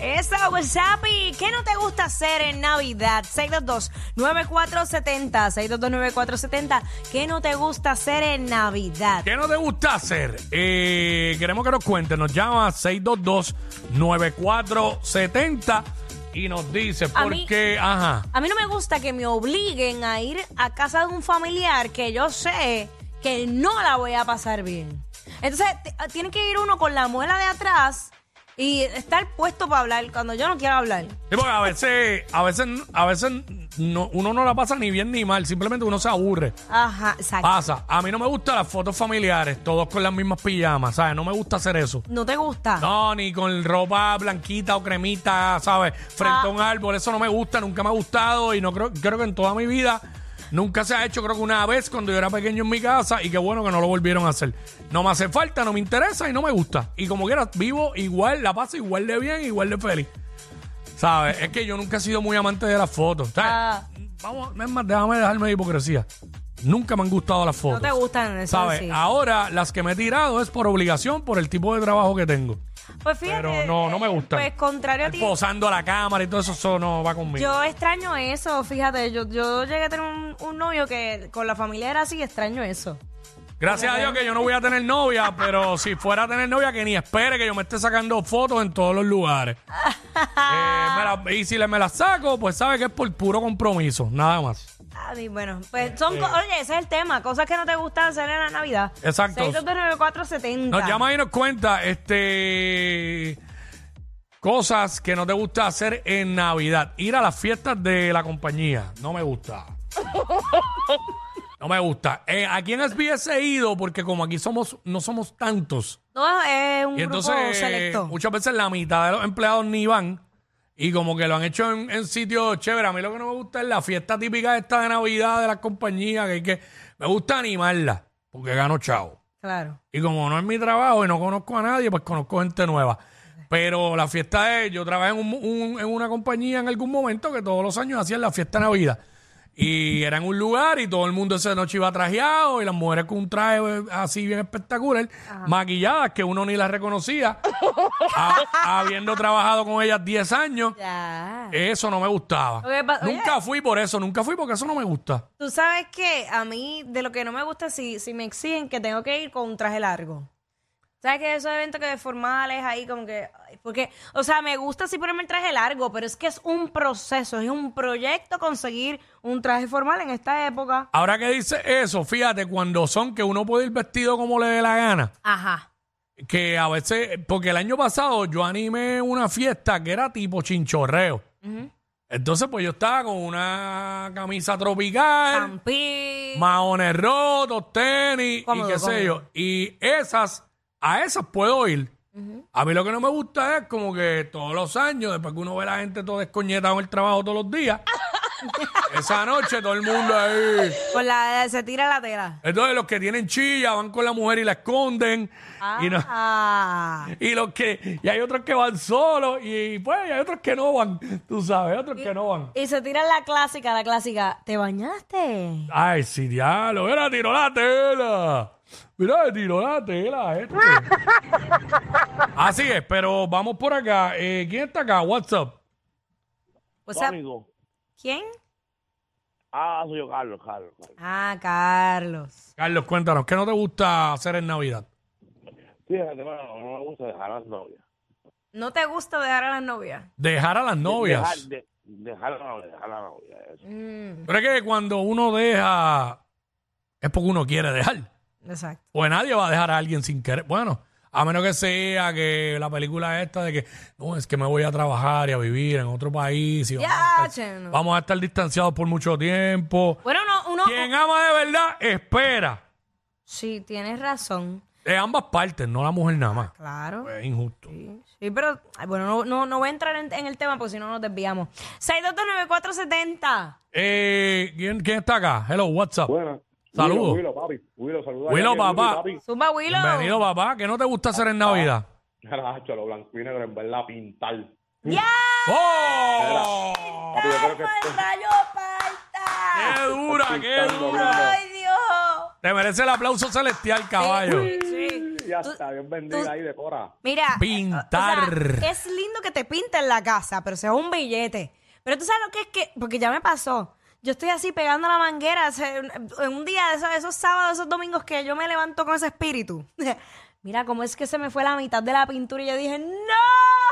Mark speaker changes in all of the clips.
Speaker 1: Esa WhatsAppi, ¿qué no te gusta hacer en Navidad? 622-9470, 622-9470, ¿qué no te gusta hacer en Navidad?
Speaker 2: ¿Qué no te gusta hacer? Eh, queremos que nos cuentes. Nos llama 622-9470 y nos dice
Speaker 1: A
Speaker 2: por
Speaker 1: mí-
Speaker 2: qué. Ajá.
Speaker 1: A mí no me gusta que me obliguen a ir a casa de un familiar que yo sé que no la voy a pasar bien. Entonces, t- ah, tiene que ir uno con la muela de atrás y estar puesto para hablar cuando yo no quiero hablar.
Speaker 2: Sí, porque a veces, a veces, a veces no- uno no la pasa ni bien ni mal, simplemente uno se aburre.
Speaker 1: Ajá, exacto.
Speaker 2: Pasa. A mí no me gustan las fotos familiares, todos con las mismas pijamas, ¿sabes? No me gusta hacer eso.
Speaker 1: ¿No te gusta?
Speaker 2: No, ni con ropa blanquita o cremita, ¿sabes? Frente a un
Speaker 1: Ah.
Speaker 2: árbol, eso no me gusta, nunca me ha gustado y no creo, creo que en toda mi vida nunca se ha hecho, creo que una vez cuando yo era pequeño en mi casa y qué bueno que no lo volvieron a hacer. No me hace falta, no me interesa y no me gusta. Y como quiera, vivo igual, la paso igual de bien, igual de feliz. ¿Sabes? Es que yo nunca he sido muy amante de las fotos. ¿sabes?
Speaker 1: Ah.
Speaker 2: Vamos, es más, déjame dejarme de hipocresía. Nunca me han gustado las fotos.
Speaker 1: te gustan, eso
Speaker 2: ¿Sabes?
Speaker 1: sí.
Speaker 2: Ahora las que me he tirado es por obligación, por el tipo de trabajo que tengo.
Speaker 1: Pues fíjate.
Speaker 2: Pero no, no me gusta.
Speaker 1: Pues contrario a ti.
Speaker 2: Posando a la cámara y todo eso, eso no va conmigo.
Speaker 1: Yo extraño eso, fíjate, yo, yo llegué a tener un, un novio que con la familia era así y extraño eso.
Speaker 2: Gracias a Dios que yo no voy a tener novia, pero si fuera a tener novia, que ni espere que yo me esté sacando fotos en todos los lugares. Eh, me la- y si le, me las saco, pues sabe que es por puro compromiso, nada más.
Speaker 1: Ah, y bueno,
Speaker 2: Eh,
Speaker 1: pues son, co- oye, ese es el tema, cosas que no te gustan hacer en la Navidad.
Speaker 2: Exacto.
Speaker 1: 6229470.
Speaker 2: Nos llama y nos cuenta este cosas que no te gusta hacer en Navidad. Ir a las fiestas de la compañía. No me gusta. No me gusta. Eh, aquí en SBS he ido porque como aquí somos no somos tantos.
Speaker 1: No, es un
Speaker 2: Y entonces
Speaker 1: grupo selecto.
Speaker 2: muchas veces la mitad de los empleados ni van y como que lo han hecho en, en sitios chéveres. A mí lo que no me gusta es la fiesta típica esta de Navidad de las compañías que hay que... Me gusta animarla porque gano chavo.
Speaker 1: Claro.
Speaker 2: Y como no es mi trabajo y no conozco a nadie, pues conozco gente nueva. Pero la fiesta de... Yo trabajé en, un- un- en una compañía en algún momento que todos los años hacían la fiesta de Navidad. Y era en un lugar y todo el mundo esa noche iba trajeado y las mujeres con un traje eh, así bien espectacular, maquilladas que uno ni las reconocía, ha- habiendo trabajado con ellas 10 años.
Speaker 1: Ya.
Speaker 2: Eso no me gustaba.
Speaker 1: Lo que pa- oye.
Speaker 2: nunca fui por eso, nunca fui porque eso no me gusta.
Speaker 1: Tú sabes que a mí de lo que no me gusta si, si me exigen que tengo que ir con un traje largo. ¿Sabes que esos eventos que de formales ahí como que ay, porque o sea, me gusta si ponerme el traje largo, pero es que es un proceso, es un proyecto conseguir un traje formal en esta época.
Speaker 2: Ahora que dice eso, fíjate, cuando son que uno puede ir vestido como le dé la gana.
Speaker 1: Ajá.
Speaker 2: que a veces, porque el año pasado yo animé una fiesta que era tipo chinchorreo. Entonces, pues yo estaba con una camisa tropical,
Speaker 1: Campi.
Speaker 2: maones rotos, tenis
Speaker 1: Cómodo,
Speaker 2: y qué
Speaker 1: cómodo.
Speaker 2: sé yo. Y esas, a esas puedo ir. A mí lo que no me gusta es como que todos los años, después que uno ve a la gente todo descoñetado en el trabajo todos los días, esa noche todo el mundo ahí.
Speaker 1: Con la se tira la tela.
Speaker 2: Entonces los que tienen chilla van con la mujer y la esconden. Y no,
Speaker 1: Ah.
Speaker 2: y los que y hay otros que van solos y pues y hay otros que no van tú sabes hay otros que no van
Speaker 1: Y se tira la clásica, la clásica. ¿Te bañaste?
Speaker 2: ay sí diablo mira tiró la tela mira tiró la tela este así es pero vamos por acá Eh, quién está acá WhatsApp
Speaker 1: O sea,
Speaker 3: amigo.
Speaker 1: ¿quién?
Speaker 3: Ah, soy yo, Carlos, Carlos. Carlos.
Speaker 1: Ah, Carlos.
Speaker 2: Carlos cuéntanos qué no te gusta hacer en Navidad
Speaker 3: Fíjate, bueno, no me gusta dejar a las novias.
Speaker 1: ¿No te gusta dejar a las novias?
Speaker 2: dejar a las novias
Speaker 3: Dejar, de, dejar a la novia, dejar a la novia. eso.
Speaker 1: Mm,
Speaker 2: pero es que cuando uno deja es porque uno quiere dejar
Speaker 1: exacto.
Speaker 2: Pues nadie va a dejar a alguien sin querer. Bueno, a menos que sea que la película esta de que no es que me voy a trabajar y a vivir en otro país. y vamos, a estar,
Speaker 1: Yache, no. pues,
Speaker 2: vamos a estar distanciados por mucho tiempo.
Speaker 1: Bueno, no, uno.
Speaker 2: Quien ama de verdad, espera.
Speaker 1: Sí, tienes razón.
Speaker 2: De ambas partes, no la mujer nada más. Pues
Speaker 1: Claro.
Speaker 2: Es injusto.
Speaker 1: Sí, pero ay, bueno, no, no, no voy a entrar en, en el tema porque si no nos desviamos. 6229470.
Speaker 2: Eh, ¿quién, quién está acá? Hello, WhatsApp.
Speaker 3: Bueno.
Speaker 2: Saludos.
Speaker 3: Willow, Willow, papi. Willow, saludos.
Speaker 2: Willow,
Speaker 3: Allá,
Speaker 2: papá.
Speaker 1: Zumba Willow.
Speaker 2: Bienvenido, papá. ¿Qué no te gusta hacer en Navidad?
Speaker 3: Carajo, lo blanco y negro, en verdad, pintar.
Speaker 1: ¡Ya!
Speaker 2: ¡Oh!
Speaker 3: Papi, yo creo que
Speaker 1: ¡Ay,
Speaker 3: estoy
Speaker 1: rayo falta!
Speaker 2: ¡Qué dura, qué
Speaker 3: Pintando,
Speaker 2: dura!
Speaker 3: mira.
Speaker 1: ¡Ay, Dios!
Speaker 2: Te merece el aplauso celestial, caballo.
Speaker 1: Sí.
Speaker 3: Ya
Speaker 1: tú-
Speaker 3: está, Dios bendiga
Speaker 1: tú-
Speaker 3: ahí de cora.
Speaker 1: Mira, eh,
Speaker 2: Pintar.
Speaker 1: o sea, es lindo que te pinten la casa, pero sea un billete. Pero tú sabes lo que es que, porque ya me pasó. Yo estoy así pegando la manguera o sea, en en un día de esos, esos sábados, esos domingos que yo me levanto con ese espíritu. Mira cómo es que se me fue la mitad de la pintura y yo dije,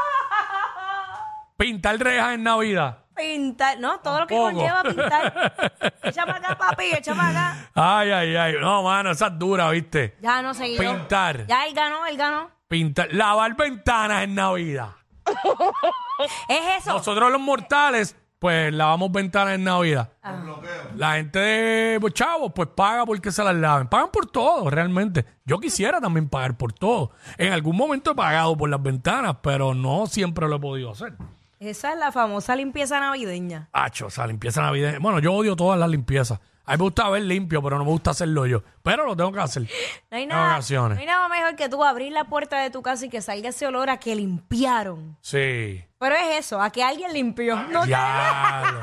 Speaker 1: ¡No!
Speaker 2: Pintar rejas en Navidad.
Speaker 1: Pintar, no, todo lo que
Speaker 2: Tampoco.
Speaker 1: conlleva pintar. Echa para acá, papi, echa para acá.
Speaker 2: Ay, ay, ay. No, mano, esa es dura, ¿viste?
Speaker 1: Ya no seguí.
Speaker 2: Pintar.
Speaker 1: Ya él ganó, él ganó.
Speaker 2: Pintar. Lavar ventanas en Navidad.
Speaker 1: Es eso.
Speaker 2: Nosotros los mortales, pues lavamos ventanas en Navidad.
Speaker 1: Ah.
Speaker 2: La gente de pues, chavos, pues paga porque se las laven. Pagan por todo, realmente. Yo quisiera también pagar por todo. En algún momento he pagado por las ventanas, pero no siempre lo he podido hacer.
Speaker 1: Esa es la famosa limpieza navideña.
Speaker 2: Hacho, o sea, limpieza navideña. Bueno, yo odio todas las limpiezas. A mí me gusta ver limpio, pero no me gusta hacerlo yo. Pero lo tengo que hacer.
Speaker 1: No hay
Speaker 2: En
Speaker 1: nada, no
Speaker 2: ocasiones.
Speaker 1: hay nada mejor que tú abrir la puerta de tu casa y que salga ese olor a que limpiaron.
Speaker 2: Sí.
Speaker 1: Pero es eso, a que alguien limpió. No te-
Speaker 2: Diablo.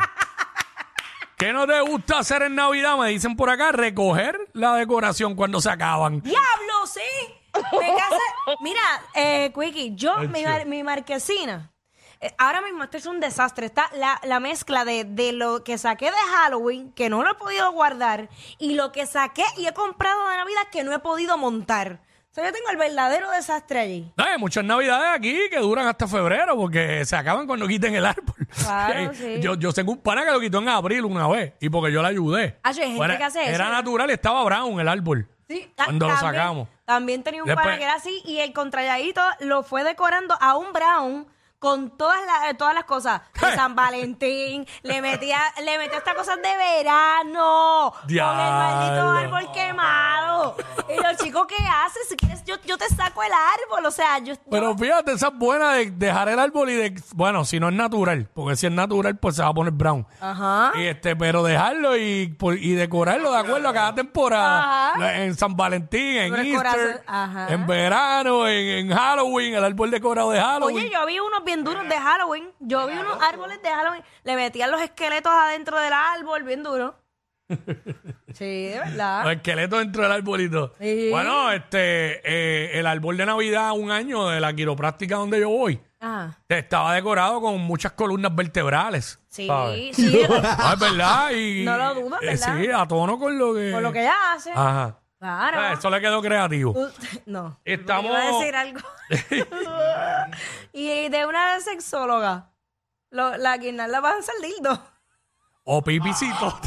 Speaker 2: ¿Qué no te gusta hacer en Navidad? Me dicen por acá, recoger la decoración cuando se acaban.
Speaker 1: ¡Diablo, sí! Me casa- Mira, eh, Quickie, yo, mi, mar- mi marquesina. eh, Ahora mismo esto es un desastre. Está la, la mezcla de, de lo que saqué de Halloween, que no lo he podido guardar, y lo que saqué y he comprado de Navidad que no he podido montar. O sea, yo tengo el verdadero desastre allí.
Speaker 2: No, hay muchas navidades aquí que duran hasta febrero porque se acaban cuando quiten el árbol.
Speaker 1: Claro,
Speaker 2: Eh,
Speaker 1: sí.
Speaker 2: yo, yo tengo un pana que lo quitó en abril una vez y porque yo le ayudé.
Speaker 1: Ah, sí, hay gente
Speaker 2: Fuera-
Speaker 1: que hace eso,
Speaker 2: Era
Speaker 1: ¿no?
Speaker 2: natural y estaba brown el árbol.
Speaker 1: Sí, ta-
Speaker 2: Cuando
Speaker 1: también-
Speaker 2: lo sacamos.
Speaker 1: También tenía un
Speaker 2: Después-
Speaker 1: pana que era así y el contralladito lo fue decorando a un brown con todas las, eh, todas las cosas. De San Valentín, le metía, le metía estas cosas de verano, con el maldito
Speaker 2: Diablo.
Speaker 1: árbol quemado. Y los chicos, ¿qué haces? Si quieres, yo, yo te saco el árbol. O sea, yo, yo-
Speaker 2: Pero fíjate, esa es buena de dejar el árbol y de. Bueno, si no es natural, porque si es natural, pues se va a poner brown.
Speaker 1: Ajá.
Speaker 2: Y este, pero dejarlo y, por- y decorarlo de acuerdo a cada temporada.
Speaker 1: Ajá.
Speaker 2: En San Valentín, en
Speaker 1: Por el corazón,
Speaker 2: Easter,
Speaker 1: ajá.
Speaker 2: en verano, en, en Halloween, el árbol decorado de Halloween.
Speaker 1: Oye, yo vi unos bien duros de Halloween. Yo vi unos árboles de Halloween. Le metían los esqueletos adentro del árbol, bien duro. Sí, de verdad.
Speaker 2: Los esqueletos dentro del arbolito.
Speaker 1: Sí.
Speaker 2: Bueno, este, eh, el árbol de Navidad, un año de la quiropráctica donde yo voy,
Speaker 1: Ajá.
Speaker 2: estaba decorado con muchas columnas vertebrales.
Speaker 1: Sí,
Speaker 2: ¿sabes?
Speaker 1: sí.
Speaker 2: Ah, es verdad. Y,
Speaker 1: No lo dudo,
Speaker 2: eh,
Speaker 1: ¿verdad?
Speaker 2: sí, a tono con lo que.
Speaker 1: Por lo que ella hace.
Speaker 2: Ajá.
Speaker 1: Claro.
Speaker 2: Ah, Eso le quedó creativo.
Speaker 1: Tú- no.
Speaker 2: Estamos-
Speaker 1: Iba a decir algo. y de una sexóloga. Lo- la guirnalda va a ser dildo.
Speaker 2: O pipicito.